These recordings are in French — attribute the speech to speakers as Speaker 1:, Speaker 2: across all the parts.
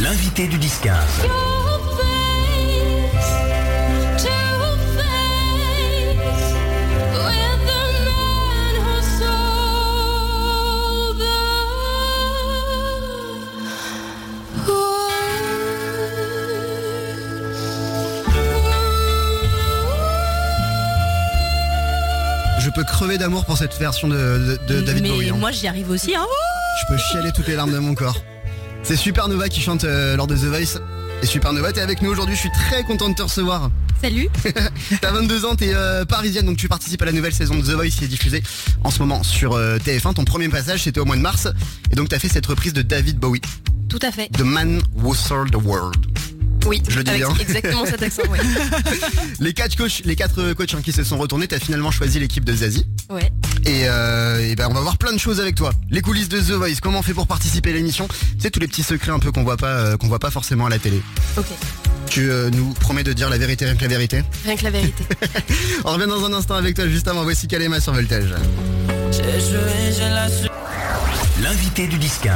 Speaker 1: l'invité du 10-15.
Speaker 2: Je peux crever d'amour pour cette version de, de- de David
Speaker 3: Mais
Speaker 2: Bowie. hein.
Speaker 3: moi j'y arrive aussi. Hein.
Speaker 2: Je peux chialer toutes les larmes de mon corps. C'est Supernova qui chante euh, lors de The Voice. Et Supernova, t'es avec nous aujourd'hui, je suis très content de te recevoir.
Speaker 3: Salut.
Speaker 2: T'as 22 ans, t'es euh, parisienne, donc tu participes à la nouvelle saison de The Voice qui est diffusée en ce moment sur euh, TF1. Ton premier passage, c'était au mois de mars. Et donc t'as fait cette reprise de David Bowie,
Speaker 3: Tout à fait.
Speaker 2: The Man Who Sold the World.
Speaker 3: Oui.
Speaker 2: Je le dis
Speaker 3: avec
Speaker 2: bien.
Speaker 3: Exactement cet accent. Ouais.
Speaker 2: Les quatre coachs, les quatre euh, coachs hein, qui se sont retournés, t'as finalement choisi l'équipe de Zazie.
Speaker 3: Ouais.
Speaker 2: Et, euh, et ben on va voir plein de choses avec toi. Les coulisses de The Voice, comment on fait pour participer à l'émission. Tu sais tous les petits secrets un peu qu'on voit pas, euh, qu'on voit pas forcément à la télé.
Speaker 3: Ok.
Speaker 2: Tu euh, nous promets de dire la vérité, rien que la vérité.
Speaker 3: Rien que la vérité.
Speaker 2: On revient dans un instant avec toi, juste avant. Voici Kalema sur Voltage.
Speaker 1: L'invité du 10-15.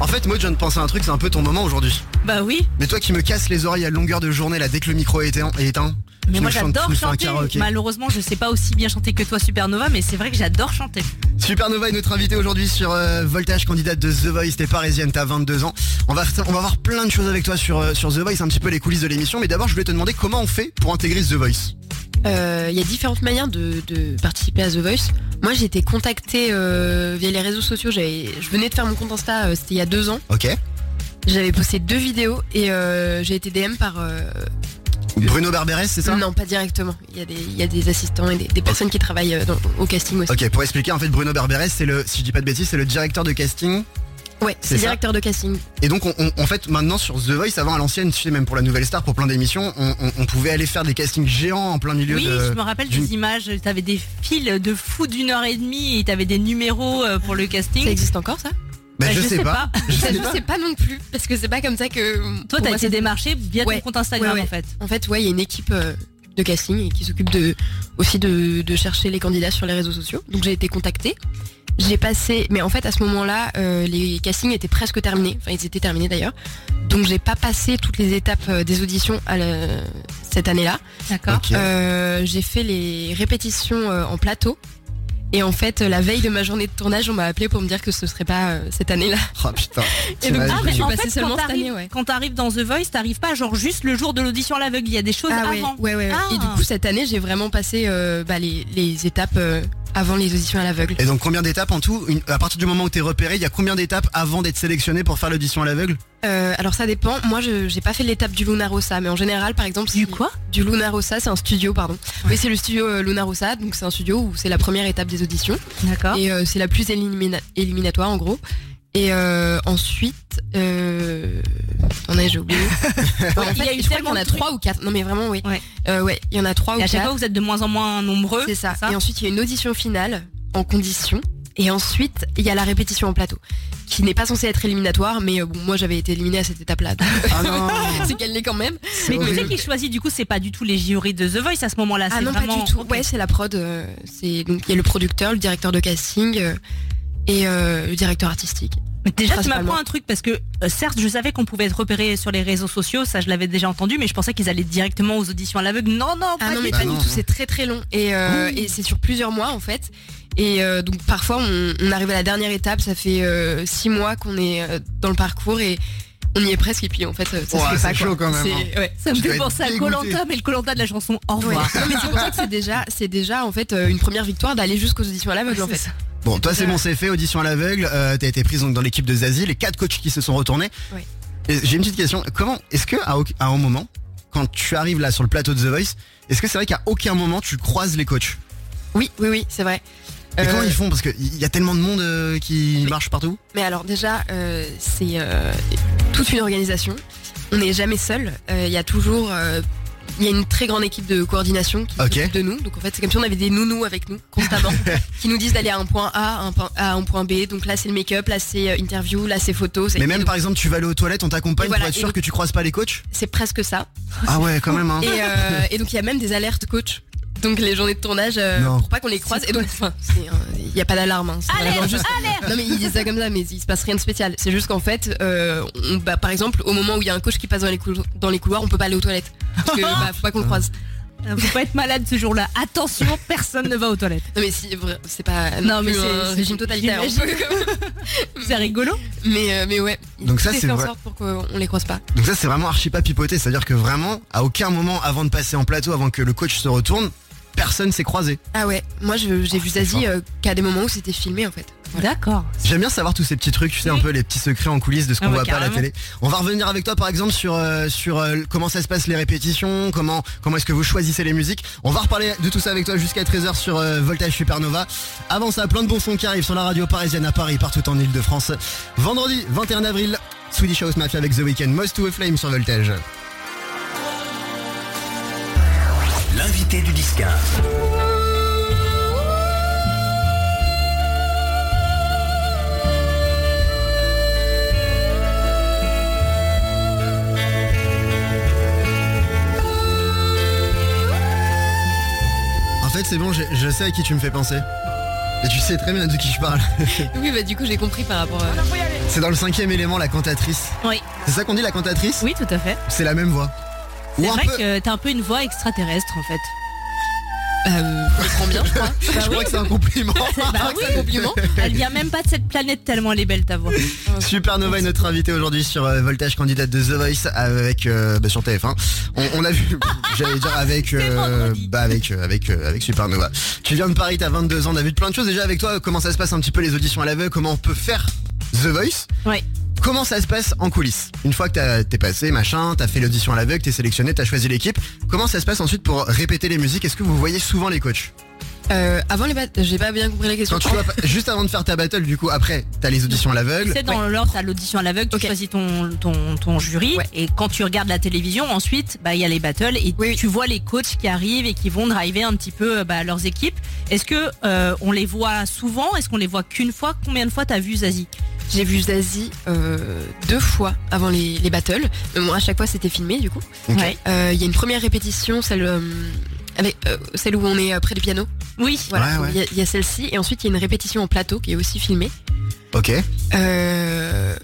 Speaker 2: En fait, moi, je viens de penser à un truc, c'est un peu ton moment aujourd'hui.
Speaker 3: bah oui.
Speaker 2: Mais toi qui me casses les oreilles à longueur de journée, là, dès que le micro est éteint, est éteint,
Speaker 3: Mais
Speaker 2: tu nous
Speaker 3: moi
Speaker 2: chantes- tu
Speaker 3: j'adore
Speaker 2: nous fais un
Speaker 3: chanter.
Speaker 2: karaoké.
Speaker 3: Malheureusement je sais pas aussi bien chanter que toi Supernova, mais c'est vrai que j'adore chanter.
Speaker 2: Supernova est notre invité aujourd'hui sur euh, Voltage, candidate de The Voice, t'es parisienne, t'as 22 ans. On va, on va voir plein de choses avec toi sur, euh, sur The Voice, un petit peu les coulisses de l'émission. Mais d'abord, je voulais te demander comment on fait pour intégrer The Voice.
Speaker 4: Euh, Il y a différentes manières de, de participer à The Voice. Moi, j'ai été contactée euh, via les réseaux sociaux. J'avais- Je venais de faire mon compte Insta, euh, c'était il y a deux ans.
Speaker 2: Ok.
Speaker 4: J'avais posté deux vidéos et euh, j'ai été DM par. euh,
Speaker 2: Bruno Berberes, c'est ça
Speaker 4: non, pas directement. Il y, a des- il y a des assistants et des, des personnes qui travaillent euh, dans- au casting aussi.
Speaker 2: Ok, pour expliquer, en fait, Bruno Berberes, c'est le, si je dis pas de bêtises, c'est le directeur de casting
Speaker 4: Ouais,
Speaker 2: C'est
Speaker 4: c'est
Speaker 2: ça
Speaker 4: directeur de casting.
Speaker 2: Et donc, on, on- en fait, maintenant sur The Voice, avant à l'ancienne, tu sais, même pour la Nouvelle Star, pour plein d'émissions, on, on- on pouvait aller faire des castings géants en plein milieu
Speaker 3: Oui,
Speaker 2: de.
Speaker 3: je me rappelle
Speaker 2: d'une-
Speaker 3: des images. T'avais des fils de fous d'une heure et demie et t'avais des numéros euh, pour le casting.
Speaker 4: Ça existe encore, ça
Speaker 2: Bah,
Speaker 3: Bah,
Speaker 2: je, sais pas. Je
Speaker 4: Ça,
Speaker 2: sais
Speaker 4: Je
Speaker 2: pas.
Speaker 4: sais pas non plus, parce que c'est pas comme ça que.
Speaker 3: Toi
Speaker 4: on
Speaker 3: t'as
Speaker 4: voit
Speaker 3: été
Speaker 4: ça.
Speaker 3: démarché via ton
Speaker 4: Ouais,
Speaker 3: compte Instagram
Speaker 4: ouais, ouais.
Speaker 3: en fait.
Speaker 4: En fait, ouais, il y a une équipe euh, de casting qui s'occupe de, aussi de, de chercher les candidats sur les réseaux sociaux. Donc j'ai été contactée. J'ai passé, mais en fait à ce moment-là, euh, les castings étaient presque terminés. Enfin, ils étaient terminés d'ailleurs. Donc j'ai pas passé toutes les étapes euh, des auditions à la- cette année-là.
Speaker 3: D'accord.
Speaker 2: Ok.
Speaker 4: Euh, j'ai fait les répétitions euh, en plateau. Et en fait, la veille de ma journée de tournage, on m'a appelé pour me dire que ce serait pas euh, cette année-là.
Speaker 2: Oh putain.
Speaker 4: Et donc,
Speaker 2: T'imagines.
Speaker 4: ah, mais
Speaker 2: Je
Speaker 4: en
Speaker 2: suis
Speaker 3: en
Speaker 4: passé
Speaker 3: fait,
Speaker 4: seulement
Speaker 3: quand
Speaker 4: cette
Speaker 3: t'arrives-
Speaker 4: année, ouais.
Speaker 3: Quand t'arrives dans The Voice, t'arrives pas genre juste le jour de l'audition à l'aveugle. Il y a des choses
Speaker 4: Ah ouais,
Speaker 3: avant.
Speaker 4: ouais, ouais, ouais.
Speaker 3: Ah.
Speaker 4: Et du coup, cette année, j'ai vraiment passé euh, bah, les, les étapes euh, avant les auditions à l'aveugle.
Speaker 2: Et donc, combien d'étapes en tout Une- À partir du moment où t'es repéré, il y a combien d'étapes avant d'être sélectionné pour faire l'audition à l'aveugle
Speaker 4: Euh, alors ça dépend. Moi, je j'ai pas fait l'étape du Luna Rossa, mais en général, par exemple, si-
Speaker 3: Du quoi
Speaker 4: Du Luna Rossa, c'est un studio, pardon. Oui, c'est le studio euh, Luna Rossa, donc c'est un studio où c'est la première étape des auditions
Speaker 3: D'accord.
Speaker 4: et euh, c'est la plus élimina- éliminatoire en gros. Et euh, ensuite, euh... attendez, j'ai oublié. Ouais, en
Speaker 3: Il y a
Speaker 4: fait,
Speaker 3: eu
Speaker 4: je crois qu'il y
Speaker 3: tellement
Speaker 4: en
Speaker 3: de
Speaker 4: a
Speaker 3: trucs.
Speaker 4: trois ou quatre. Non, mais vraiment, oui.
Speaker 3: Ouais.
Speaker 4: Euh, ouais, il y en a trois ou
Speaker 3: Et à chaque
Speaker 4: quatre.
Speaker 3: fois, vous êtes de moins en moins nombreux.
Speaker 4: C'est ça. Et ensuite, il y a une audition finale en condition. Et ensuite, il y a la répétition en plateau, qui n'est pas censée être éliminatoire, mais euh, bon, moi j'avais été éliminée à cette étape-là. donc euh,
Speaker 2: Ah non
Speaker 4: C'est qu'elle l'est quand même.
Speaker 2: c'est
Speaker 3: Mais tu sais
Speaker 2: horrible.
Speaker 3: qui choisit du coup, c'est pas du tout les jurys de The Voice à ce moment-là.
Speaker 4: Ah
Speaker 3: c'est
Speaker 4: non,
Speaker 3: vraiment...
Speaker 4: pas du tout.
Speaker 3: Ok.
Speaker 4: Ouais, c'est la prod. euh, c'est donc il y a le producteur, le directeur de casting euh, et euh, le directeur artistique.
Speaker 3: Mais déjà, tu m'apprends
Speaker 4: Principalement.
Speaker 3: un truc parce que euh, certes, je savais qu'on pouvait être repéré sur les réseaux sociaux, ça je l'avais déjà entendu, mais je pensais qu'ils allaient directement aux auditions à l'aveugle. Non, non, pas
Speaker 4: Ah non,
Speaker 3: du
Speaker 4: mais
Speaker 2: Bah
Speaker 4: pas du
Speaker 2: non,
Speaker 4: tout.
Speaker 2: non.
Speaker 4: C'est très très long et, euh, et c'est sur plusieurs mois en fait. Et euh, donc parfois on, on arrive à la dernière étape. Ça fait euh, six mois qu'on est euh, dans le parcours et on y est presque. Et puis en fait, euh, ça
Speaker 2: Ouah,
Speaker 4: se fait pas.
Speaker 2: c'est
Speaker 4: quoi.
Speaker 2: chaud quand même,
Speaker 4: C'est- ouais.
Speaker 3: Ça me
Speaker 2: Je
Speaker 3: fait
Speaker 2: dois être
Speaker 3: penser à
Speaker 2: dégoûté.
Speaker 3: Colanta, mais le Colanta de la chanson Au
Speaker 4: Ouais.
Speaker 3: revoir.
Speaker 4: Non, mais c'est pour ça que c'est déjà, c'est déjà en fait euh, une première victoire d'aller jusqu'aux auditions à l'aveugle en
Speaker 3: C'est
Speaker 4: fait.
Speaker 3: ça.
Speaker 2: Bon, toi, c'est bon, c'est fait, audition à l'aveugle. euh, T'as été prise donc, dans l'équipe de Zazie, les quatre coachs qui se sont retournés.
Speaker 4: Ouais.
Speaker 2: Et J'ai une petite question. Comment, est-ce que à, auc- à un moment, quand tu arrives là sur le plateau de The Voice, est-ce que c'est vrai qu'à aucun moment tu croises les coachs
Speaker 4: Oui, oui, oui, c'est vrai.
Speaker 2: Et
Speaker 4: Euh,
Speaker 2: comment ils font Parce qu'il y a tellement de monde euh, qui marche partout.
Speaker 4: Mais alors déjà, euh, c'est euh, toute une organisation. On n'est jamais seul. Euh, Il y a toujours, euh, il y a une très grande équipe de coordination qui
Speaker 2: Ok.
Speaker 4: s'occupe de nous. Donc en fait, c'est comme si on avait des nounous avec nous constamment, qui nous disent d'aller à un point A, à un point, A, à un point B. Donc là, c'est le make-up, là c'est euh, interview, là c'est photo. c'est-
Speaker 2: Mais même par exemple, tu vas aller aux toilettes, on t'accompagne
Speaker 4: Et voilà,
Speaker 2: pour être
Speaker 4: et
Speaker 2: sûr
Speaker 4: donc-
Speaker 2: que tu croises pas les coachs
Speaker 4: c'est presque ça.
Speaker 2: Ah ouais, quand même. Hein.
Speaker 4: euh, Et, euh, et donc il y a même des alertes coach. Donc les journées de tournage, euh,
Speaker 2: Non.
Speaker 4: pour pas qu'on les croise. Et donc, enfin, c'est, euh, il n'y a pas d'alarme. hein, c'est vraiment
Speaker 3: Alerte,
Speaker 4: juste-
Speaker 3: alerte
Speaker 4: Non mais il dit ça comme ça, mais il se passe rien de spécial. C'est juste qu'en fait, euh, on- bah, par exemple, au moment où il y a un coach qui passe dans les, coulo- dans les couloirs, on peut pas aller aux toilettes. Parce que bah, faut pas qu'on le croise.
Speaker 3: Euh, Faut pas être malade ce jour-là. Attention, personne ne va aux toilettes.
Speaker 4: Non mais si, vra- c'est pas
Speaker 3: Non,
Speaker 4: non,
Speaker 3: mais
Speaker 4: mais
Speaker 3: c'est-
Speaker 4: un
Speaker 3: c'est-
Speaker 4: régime totalitaire.
Speaker 3: j'imagine.
Speaker 4: un peu comme-
Speaker 3: C'est rigolo.
Speaker 4: mais, euh, mais ouais,
Speaker 2: Donc ça,
Speaker 4: c'est
Speaker 2: c'est
Speaker 4: fait en
Speaker 2: vrai.
Speaker 4: sorte pour qu'on les croise pas.
Speaker 2: Donc ça c'est vraiment archi pas pipoté, c'est-à-dire que vraiment, à aucun moment avant de passer en plateau, avant que le coach se retourne, personne s'est croisé.
Speaker 4: Ah ouais, moi je- j'ai
Speaker 2: Oh,
Speaker 4: vu
Speaker 2: c'est fort.
Speaker 4: Zazie euh, qu'à des moments où c'était filmé en fait. Voilà.
Speaker 3: D'accord.
Speaker 2: J'aime bien savoir tous ces petits trucs, tu sais, un
Speaker 3: Oui.
Speaker 2: peu les petits secrets en coulisses de ce qu'on
Speaker 3: Ah bah,
Speaker 2: voit pas à la
Speaker 3: carrément.
Speaker 2: télé. On va revenir avec toi par exemple sur, euh, sur euh, comment ça se passe les répétitions, comment, comment est-ce que vous choisissez les musiques. On va reparler de tout ça avec toi jusqu'à 13h sur euh, Voltage Supernova. Avant ça, plein de bons sons qui arrivent sur la radio parisienne à Paris, partout en Ile-de-France. Vendredi 21 avril, Swedish House Mafia avec The Weeknd, Most to a Flame sur Voltage.
Speaker 1: L'invité du disquaire.
Speaker 2: En fait, c'est bon, je, je sais à qui tu me fais penser. Et tu sais très bien de qui je parle.
Speaker 4: Oui bah du coup j'ai compris par rapport. à...
Speaker 2: C'est dans le cinquième élément, la cantatrice.
Speaker 3: Oui,
Speaker 2: C'est ça qu'on dit, la cantatrice
Speaker 3: oui, tout à fait.
Speaker 2: C'est la même voix.
Speaker 3: C'est
Speaker 2: Ou un
Speaker 3: vrai
Speaker 2: peu.
Speaker 3: que t'as un peu une voix extraterrestre en fait.
Speaker 4: Euh, on les prend bien je crois.
Speaker 2: Je crois que c'est un compliment.
Speaker 4: Ah,
Speaker 3: Bah oui,
Speaker 4: compliment.
Speaker 3: elle vient même pas de cette planète tellement elle est belle ta voix.
Speaker 2: Supernova est notre invité aujourd'hui sur euh, Voltage candidate de The Voice avec euh, bah, sur TF1. On, on a vu, j'allais dire avec
Speaker 3: C'est vendredi.
Speaker 2: bah, avec euh, avec euh, avec Supernova. Tu viens de Paris, t'as 22 ans, on a vu plein de choses déjà avec toi. Comment ça se passe un petit peu les auditions à l'aveugle Comment on peut faire The Voice
Speaker 3: Ouais.
Speaker 2: Comment ça se passe en coulisses Une fois que t'as- t'es passé, machin, t'as fait l'audition à l'aveugle, t'es sélectionné, t'as choisi l'équipe. Comment ça se passe ensuite pour répéter les musiques Est-ce que vous voyez souvent les coachs
Speaker 4: Euh, avant les battles, j'ai pas bien compris la question.
Speaker 2: Quand tu dois pas- juste avant de faire ta battle, du coup, après, t'as les auditions à l'aveugle.
Speaker 3: C'est dans l'ordre, t'as l'audition à l'aveugle, tu
Speaker 4: Ok.
Speaker 3: choisis ton, ton, ton jury
Speaker 4: Ouais.
Speaker 3: et quand tu regardes la télévision, ensuite bah, il y a les battles et
Speaker 4: Oui.
Speaker 3: tu vois les coachs qui arrivent et qui vont driver un petit peu euh, bah, leurs équipes. Est-ce que euh, on les voit souvent Est-ce qu'on les voit qu'une fois Combien de fois t'as vu Zazie
Speaker 4: J'ai vu Zazie euh, deux fois avant les, les battles. Mais bon, à chaque fois, c'était filmé, du coup.
Speaker 2: Ok.
Speaker 3: Ouais.
Speaker 4: Euh, Il y a une première répétition, celle, euh, avec, euh, celle où on est euh, près du piano.
Speaker 3: Oui.
Speaker 2: Ouais,
Speaker 4: Voilà.
Speaker 2: ouais.
Speaker 4: Il y a- il y a, celle-ci. Et ensuite, il y a une répétition en plateau qui est aussi filmée.
Speaker 2: Ok.
Speaker 4: Euh,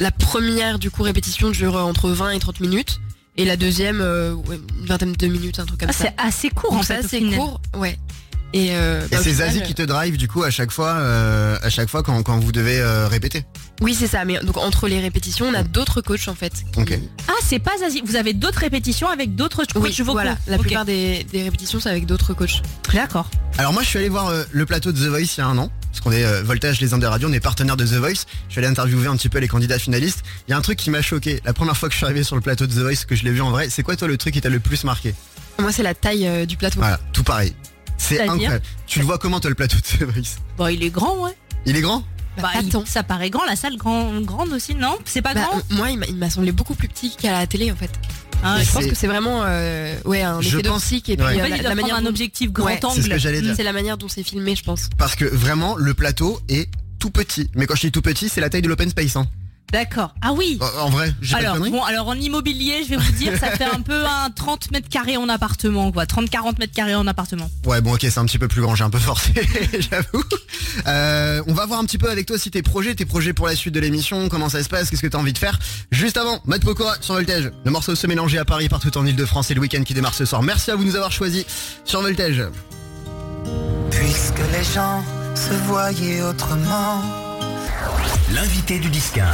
Speaker 4: la première, du coup, répétition dure entre 20 et 30 minutes. Et la deuxième, euh, ouais, une vingtaine de minutes, un truc comme
Speaker 3: Ah,
Speaker 4: ça.
Speaker 3: c'est assez court
Speaker 4: Pour
Speaker 3: en
Speaker 4: ça,
Speaker 3: fait. au
Speaker 4: c'est
Speaker 3: final.
Speaker 4: court. Ouais. Et, euh,
Speaker 2: Et
Speaker 4: bah, au
Speaker 2: c'est
Speaker 4: final,
Speaker 2: Zazie qui te drive du coup à chaque fois, euh, à chaque fois quand, quand vous devez euh, répéter.
Speaker 4: Oui, c'est ça. Mais donc, entre les répétitions, on a d'autres coachs, en fait. qui-
Speaker 2: Ok.
Speaker 3: Ah, c'est pas Zazie. Vous avez d'autres répétitions avec d'autres coachs
Speaker 4: Oui,
Speaker 3: vocaux.
Speaker 4: voilà. La
Speaker 3: Ok.
Speaker 4: plupart des, des répétitions, c'est avec d'autres coachs.
Speaker 3: D'accord.
Speaker 2: Alors moi je suis allé voir euh, le plateau de The Voice il y a un an, parce qu'on est euh, Voltage les Indes de Radio, on est partenaire de The Voice. Je suis allé interviewer un petit peu les candidats finalistes. Il y a un truc qui m'a choqué. La première fois que je suis arrivé sur le plateau de The Voice, que je l'ai vu en vrai, c'est quoi toi le truc qui t'a le plus marqué
Speaker 4: Moi, c'est la taille euh, du plateau.
Speaker 2: Voilà, tout pareil. C'est
Speaker 3: C'est-à-dire
Speaker 2: incroyable. Tu le vois comment toi le plateau de The Voice
Speaker 3: Bon, il est grand, ouais.
Speaker 2: Il est grand
Speaker 4: Bah,
Speaker 3: il-
Speaker 4: attends.
Speaker 3: ça paraît grand. La salle grand, grande aussi, non C'est pas
Speaker 4: Bah,
Speaker 3: grand.
Speaker 4: euh, moi, il m'a- il m'a semblé beaucoup plus petit qu'à la télé, en fait.
Speaker 3: Hein,
Speaker 2: Mais
Speaker 4: je pense
Speaker 2: c'est-
Speaker 4: que c'est vraiment euh, ouais, un
Speaker 2: Je
Speaker 4: effet
Speaker 2: pense-
Speaker 4: d'optique et puis
Speaker 2: ouais.
Speaker 4: euh,
Speaker 3: En fait,
Speaker 4: la,
Speaker 3: il doit
Speaker 4: la
Speaker 3: prendre
Speaker 4: manière
Speaker 3: un
Speaker 4: dont-
Speaker 3: objectif grand
Speaker 4: Ouais,
Speaker 3: angle.
Speaker 2: C'est ce que j'allais dire.
Speaker 4: c'est la manière dont c'est filmé, je pense.
Speaker 2: Parce que vraiment le plateau est tout petit. Mais quand je dis tout petit, c'est la taille de l'open space. Hein.
Speaker 3: D'accord. Ah oui.
Speaker 2: En- En vrai, j'ai pas de
Speaker 3: Alors,
Speaker 2: conneries
Speaker 3: bon, alors en immobilier, je vais vous dire, ça fait un peu un 30 mètres carrés en appartement, quoi. 30-40 mètres carrés en appartement.
Speaker 2: Ouais bon ok c'est un petit peu plus grand, j'ai un peu forcé, j'avoue. Euh, on va voir un petit peu avec toi si tes projets, tes projets pour la suite de l'émission, comment ça se passe, qu'est-ce que t'as envie de faire. Juste avant, Matt Pokora sur Voltage, le morceau se mélanger à Paris partout en Ile-de-France et le week-end qui démarre ce soir. Merci à vous de nous avoir choisis sur Voltage.
Speaker 5: Puisque les gens se voyaient autrement.
Speaker 1: L'invité du disquaire.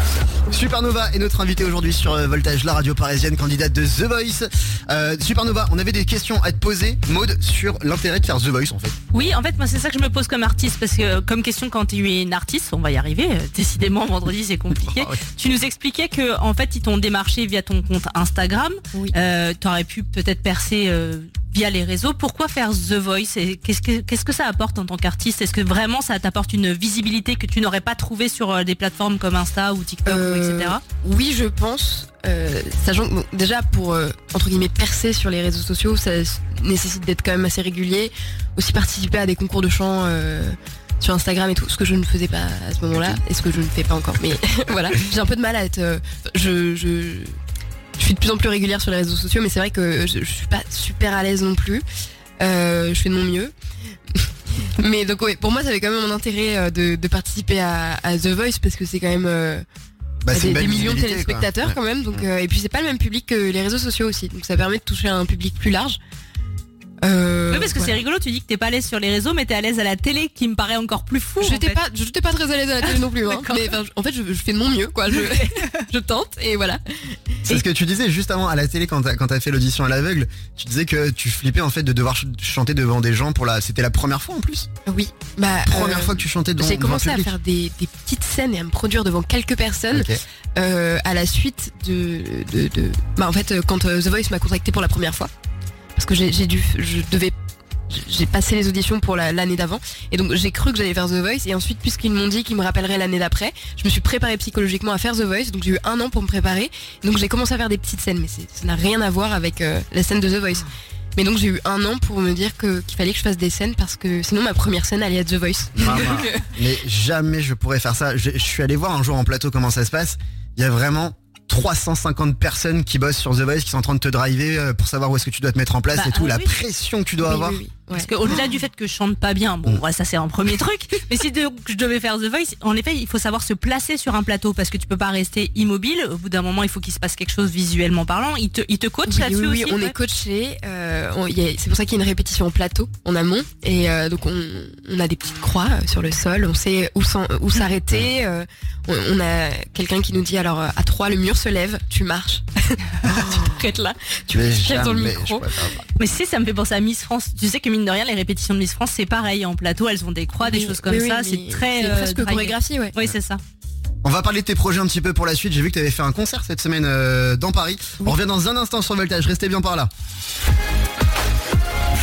Speaker 2: Supernova est notre invité aujourd'hui sur euh, Voltage, la radio parisienne, candidate de The Voice. Euh, Supernova, on avait des questions à te poser, Maude, sur l'intérêt de faire The Voice en fait.
Speaker 3: Oui, en fait, moi, c'est ça que je me pose comme artiste, parce que euh, comme question, quand tu es une artiste, on va y arriver. euh, Décidément, vendredi, c'est compliqué.
Speaker 2: Ah ouais.
Speaker 3: Tu nous expliquais que, en fait, ils t'ont démarché via ton compte Instagram.
Speaker 4: Oui.
Speaker 3: Euh, T'aurais pu peut-être percer euh, via les réseaux. Pourquoi faire The Voice et Qu'est-ce que qu'est-ce que ça apporte en tant qu'artiste Est-ce que vraiment ça t'apporte une visibilité que tu n'aurais pas trouvée sur euh, des plateformes comme Insta ou TikTok, ou
Speaker 4: Euh,
Speaker 3: etc.
Speaker 4: Oui, je pense. euh, sachant que bon, déjà pour euh, entre guillemets percer sur les réseaux sociaux, ça s- nécessite d'être quand même assez régulier, aussi participer à des concours de chant euh, sur Instagram et tout, ce que je ne faisais pas à ce moment-là et ce que je ne fais pas encore. Mais voilà, j'ai un peu de mal à être. euh, je, je je suis de plus en plus régulière sur les réseaux sociaux, mais c'est vrai que je, je suis pas super à l'aise non plus. Euh, je fais de mon mieux. Mais donc ouais, pour moi, ça avait quand même un intérêt euh, de, de participer à, à The Voice parce que c'est quand même euh,
Speaker 2: Bah, c'est
Speaker 4: des,
Speaker 2: une belle
Speaker 4: des millions de
Speaker 2: visibilité, quoi.
Speaker 4: téléspectateurs quand même. Donc euh, et puis c'est pas le même public que les réseaux sociaux aussi. Donc ça permet de toucher un public plus large. Euh,
Speaker 3: Oui, parce que
Speaker 4: voilà.
Speaker 3: c'est rigolo, tu dis que t'es pas à l'aise sur les réseaux, mais t'es à l'aise à la télé, qui me paraît encore plus fou. en
Speaker 4: J'étais
Speaker 3: fait.
Speaker 4: pas, j'étais pas très à l'aise à la télé non plus. hein.
Speaker 3: D'accord.
Speaker 4: mais enfin, je- en fait, je, je fais de mon mieux, quoi. Je, je tente et voilà.
Speaker 2: C'est ce que tu disais juste avant à la télé quand t'as quand t'as fait l'audition à l'aveugle. Tu disais que tu flippais en fait de devoir ch- chanter devant des gens pour la. C'était la première fois en plus.
Speaker 4: Oui. Bah,
Speaker 2: Première
Speaker 4: euh,
Speaker 2: fois que tu chantais devant.
Speaker 4: j'ai
Speaker 2: devant
Speaker 4: commencé
Speaker 2: le
Speaker 4: à
Speaker 2: public.
Speaker 4: faire des, des petites scènes et à me produire devant quelques personnes
Speaker 2: Ok.
Speaker 4: euh, à la suite de, de, de- Bah, en fait, euh, quand euh, The Voice m'a contacté pour la première fois, parce que j'ai j'ai dû, je devais, j'ai passé les auditions pour la- l'année d'avant, et donc j'ai cru que j'allais faire The Voice, et ensuite, puisqu'ils m'ont dit qu'ils me rappelleraient l'année d'après, je me suis préparée psychologiquement à faire The Voice, donc j'ai eu un an pour me préparer, donc j'ai commencé à faire des petites scènes, mais c'est- ça n'a rien à voir avec euh, la scène de The Voice. Mais donc j'ai eu un an pour me dire que- qu'il fallait que je fasse des scènes parce que sinon ma première scène allait être The Voice.
Speaker 2: Maman. Mais jamais je pourrais faire ça. Je, je suis allé voir un jour en plateau comment ça se passe. Il y a vraiment 350 personnes qui bossent sur The Voice, qui sont en train de te driver euh, pour savoir où est-ce que tu dois te mettre en place
Speaker 3: Bah,
Speaker 2: et tout.
Speaker 3: ah
Speaker 2: la
Speaker 3: oui.
Speaker 2: pression que tu dois
Speaker 4: Oui,
Speaker 2: avoir.
Speaker 4: oui, oui. Ouais.
Speaker 3: Parce que au-delà du fait que je chante pas bien,
Speaker 2: Mm.
Speaker 3: bon, ouais, ça c'est un premier truc. Mais si de- je devais faire The Voice, en effet, il faut savoir se placer sur un plateau parce que tu peux pas rester immobile. Au bout d'un moment, il faut qu'il se passe quelque chose visuellement parlant. Il te, il te coach
Speaker 4: Oui,
Speaker 3: là-dessus
Speaker 4: oui, oui,
Speaker 3: aussi.
Speaker 4: on
Speaker 3: ouais.
Speaker 4: est coaché. euh, on- il y a- c'est pour ça qu'il y a une répétition en plateau, en amont. Et euh, donc, on, on a des petites croix euh, sur le sol. On sait où, s'en- où s'arrêter. euh, on, on a quelqu'un qui nous dit alors, euh, à trois, le mur se lève, tu marches. tu t'arrêtes là. Tu
Speaker 2: Mais
Speaker 4: respires dans le
Speaker 2: jamais, je
Speaker 4: micro.
Speaker 2: pourrais pas.
Speaker 3: Mais si ça me fait penser à Miss France. Tu sais que mine de rien, les répétitions de Miss France, c'est pareil en plateau. Elles ont des croix, Ah, des
Speaker 4: Oui,
Speaker 3: choses comme
Speaker 4: oui, oui,
Speaker 3: ça.
Speaker 4: mais
Speaker 3: C'est très
Speaker 4: c'est
Speaker 3: euh,
Speaker 4: presque
Speaker 3: drivé.
Speaker 4: chorégraphié, ouais.
Speaker 3: Oui, c'est ça.
Speaker 2: On va parler de tes projets un petit peu pour la suite. J'ai vu que tu avais fait un concert cette semaine euh, dans Paris. On revient dans un instant sur Voltage. Restez bien par là.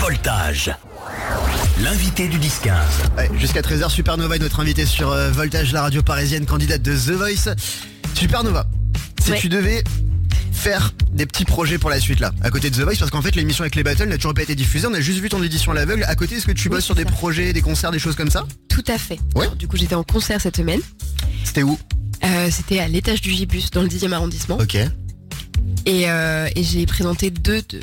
Speaker 1: Voltage. L'invité du 10-15.
Speaker 2: Ouais, Jusqu'à 13h, Supernova est notre invité sur euh, Voltage, la radio parisienne, candidate de The Voice. Supernova, si
Speaker 4: Ouais.
Speaker 2: tu devais faire des petits projets pour la suite là, à côté de The Voice, parce qu'en fait l'émission avec les battles n'a toujours pas été diffusée, on a juste vu ton édition à l'aveugle. À côté, est-ce que tu
Speaker 4: Oui,
Speaker 2: bosses sur
Speaker 4: c'est
Speaker 2: des
Speaker 4: ça.
Speaker 2: projets, des concerts, des choses comme ça
Speaker 4: Tout à fait.
Speaker 2: Ouais.
Speaker 4: Alors, du coup, j'étais en concert cette semaine.
Speaker 2: C'était où
Speaker 4: Euh, c'était à l'étage du Gibus, dans le 10e arrondissement.
Speaker 2: Ok.
Speaker 4: Et, euh, et j'ai présenté deux, deux,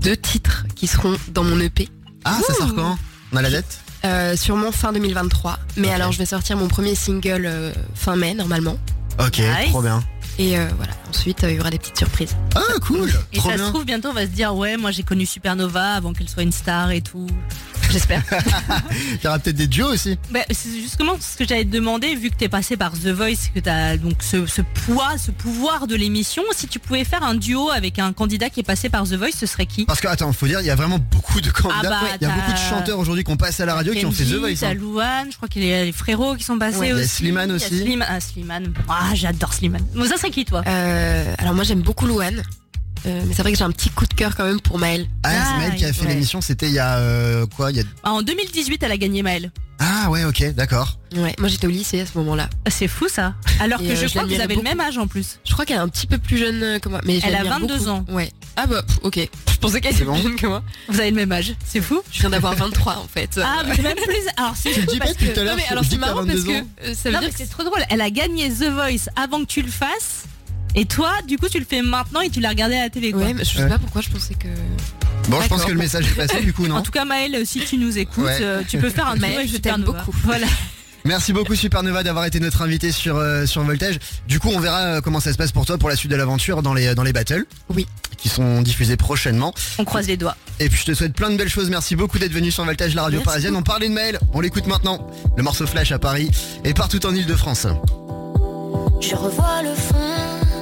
Speaker 4: deux titres qui seront dans mon E EP.
Speaker 2: Ah, ça
Speaker 4: Ouh.
Speaker 2: sort quand On a la date
Speaker 4: Euh, sûrement fin 2023. Mais
Speaker 2: Ok.
Speaker 4: alors, je vais sortir mon premier single euh, fin mai, normalement.
Speaker 2: Ok,
Speaker 3: Nice.
Speaker 2: trop bien.
Speaker 4: Et euh, voilà, ensuite, euh, il y aura des petites surprises.
Speaker 2: Ah, cool
Speaker 3: Et
Speaker 2: Trop
Speaker 3: ça se
Speaker 2: bien
Speaker 3: trouve, bientôt, on va se dire, ouais, moi j'ai connu Supernova avant qu'elle soit une star et tout.
Speaker 4: J'espère.
Speaker 2: Il y aura peut-être des duos aussi.
Speaker 3: Bah, c'est justement ce que j'allais te demander, vu que t'es passé par The Voice, que t'as donc ce, ce poids, ce pouvoir de l'émission. Si tu pouvais faire un duo avec un candidat qui est passé par The Voice, ce serait qui
Speaker 2: Parce que, attends, faut dire, il y a vraiment beaucoup de candidats.
Speaker 3: Ah bah,
Speaker 2: il y a
Speaker 3: t'as-
Speaker 2: beaucoup de chanteurs aujourd'hui qui ont passé à la radio qui ont fait The
Speaker 3: Kenji,
Speaker 2: Voice. hein.
Speaker 3: T'as Louane, je crois qu'il y a les frérots qui sont passés
Speaker 4: Ouais,
Speaker 2: il y a
Speaker 3: aussi.
Speaker 2: Slimane
Speaker 3: Il y a
Speaker 2: aussi.
Speaker 3: Slim- ah, Slimane. Ah, j'adore Slimane. Bon, ça serait qui, toi
Speaker 4: Euh, alors, moi, j'aime beaucoup Louane. Euh, mais c'est vrai que j'ai un petit coup de cœur quand même pour Maël.
Speaker 2: Ah, c'est
Speaker 3: Nice.
Speaker 2: Maëlle qui a fait
Speaker 4: Ouais.
Speaker 2: l'émission, c'était il y a euh, quoi il y a...
Speaker 3: Ah, En 2018, elle a gagné Maëlle.
Speaker 2: Ah ouais, ok, d'accord.
Speaker 4: Ouais, moi j'étais au lycée à ce moment-là.
Speaker 3: Ah, C'est fou, ça. Alors
Speaker 4: Et,
Speaker 3: que
Speaker 4: euh,
Speaker 3: je
Speaker 4: je
Speaker 3: crois que vous
Speaker 4: l'admirais
Speaker 3: avez le
Speaker 4: beaucoup.
Speaker 3: même âge en plus.
Speaker 4: Je crois qu'elle est un petit peu plus jeune euh, que moi. Mais je
Speaker 3: Elle a
Speaker 4: l'admire
Speaker 3: 22
Speaker 4: beaucoup.
Speaker 3: ans.
Speaker 4: Ouais. Ah bah, pff, ok. Je pensais qu'elle
Speaker 2: C'est
Speaker 4: était
Speaker 2: bon.
Speaker 4: plus jeune que moi.
Speaker 3: Vous avez le même âge. C'est fou.
Speaker 4: Je viens d'avoir 23 en fait. Euh,
Speaker 3: Ah, mais même plus. Alors, c'est
Speaker 2: Tu le
Speaker 3: fou
Speaker 2: dis pas
Speaker 3: parce
Speaker 2: depuis
Speaker 3: que-
Speaker 2: tout à l'heure,
Speaker 4: non, mais
Speaker 2: tu
Speaker 4: alors
Speaker 2: dis
Speaker 4: c'est
Speaker 2: que t'as
Speaker 4: marrant parce
Speaker 2: 22
Speaker 4: que
Speaker 2: ans.
Speaker 4: euh, ça veut
Speaker 3: Non,
Speaker 4: dire
Speaker 3: mais
Speaker 4: que
Speaker 3: c'est trop drôle. Elle a gagné The Voice avant que tu le fasses. Et toi, du coup, tu le fais maintenant et tu l'as regardé à la télé. quoi.
Speaker 4: Ouais, mais je sais
Speaker 2: Ouais.
Speaker 4: pas pourquoi je pensais que.
Speaker 2: Bon, je pense
Speaker 4: D'accord.
Speaker 2: que le message est passé du coup,
Speaker 3: En
Speaker 2: non
Speaker 3: tout cas, Maëlle, si tu nous écoutes,
Speaker 2: Ouais.
Speaker 3: euh, tu peux faire un
Speaker 4: Maëlle,
Speaker 3: duo avec
Speaker 4: je t'aime
Speaker 3: Supernova.
Speaker 4: beaucoup.
Speaker 3: Voilà.
Speaker 2: Merci beaucoup Supernova d'avoir été notre invité sur, euh, sur Voltage. Du coup, on verra euh, comment ça se passe pour toi pour la suite de l'aventure dans les, dans les battles.
Speaker 4: Oui.
Speaker 2: Qui sont diffusés prochainement.
Speaker 3: On croise les doigts.
Speaker 2: Et puis je te souhaite plein de belles choses. Merci beaucoup d'être venu sur Voltage, la radio
Speaker 4: Merci
Speaker 2: parisienne. On parlait de Maël, on l'écoute maintenant. Le morceau Flash à Paris et partout en Ile-de-France.
Speaker 6: Je revois le fond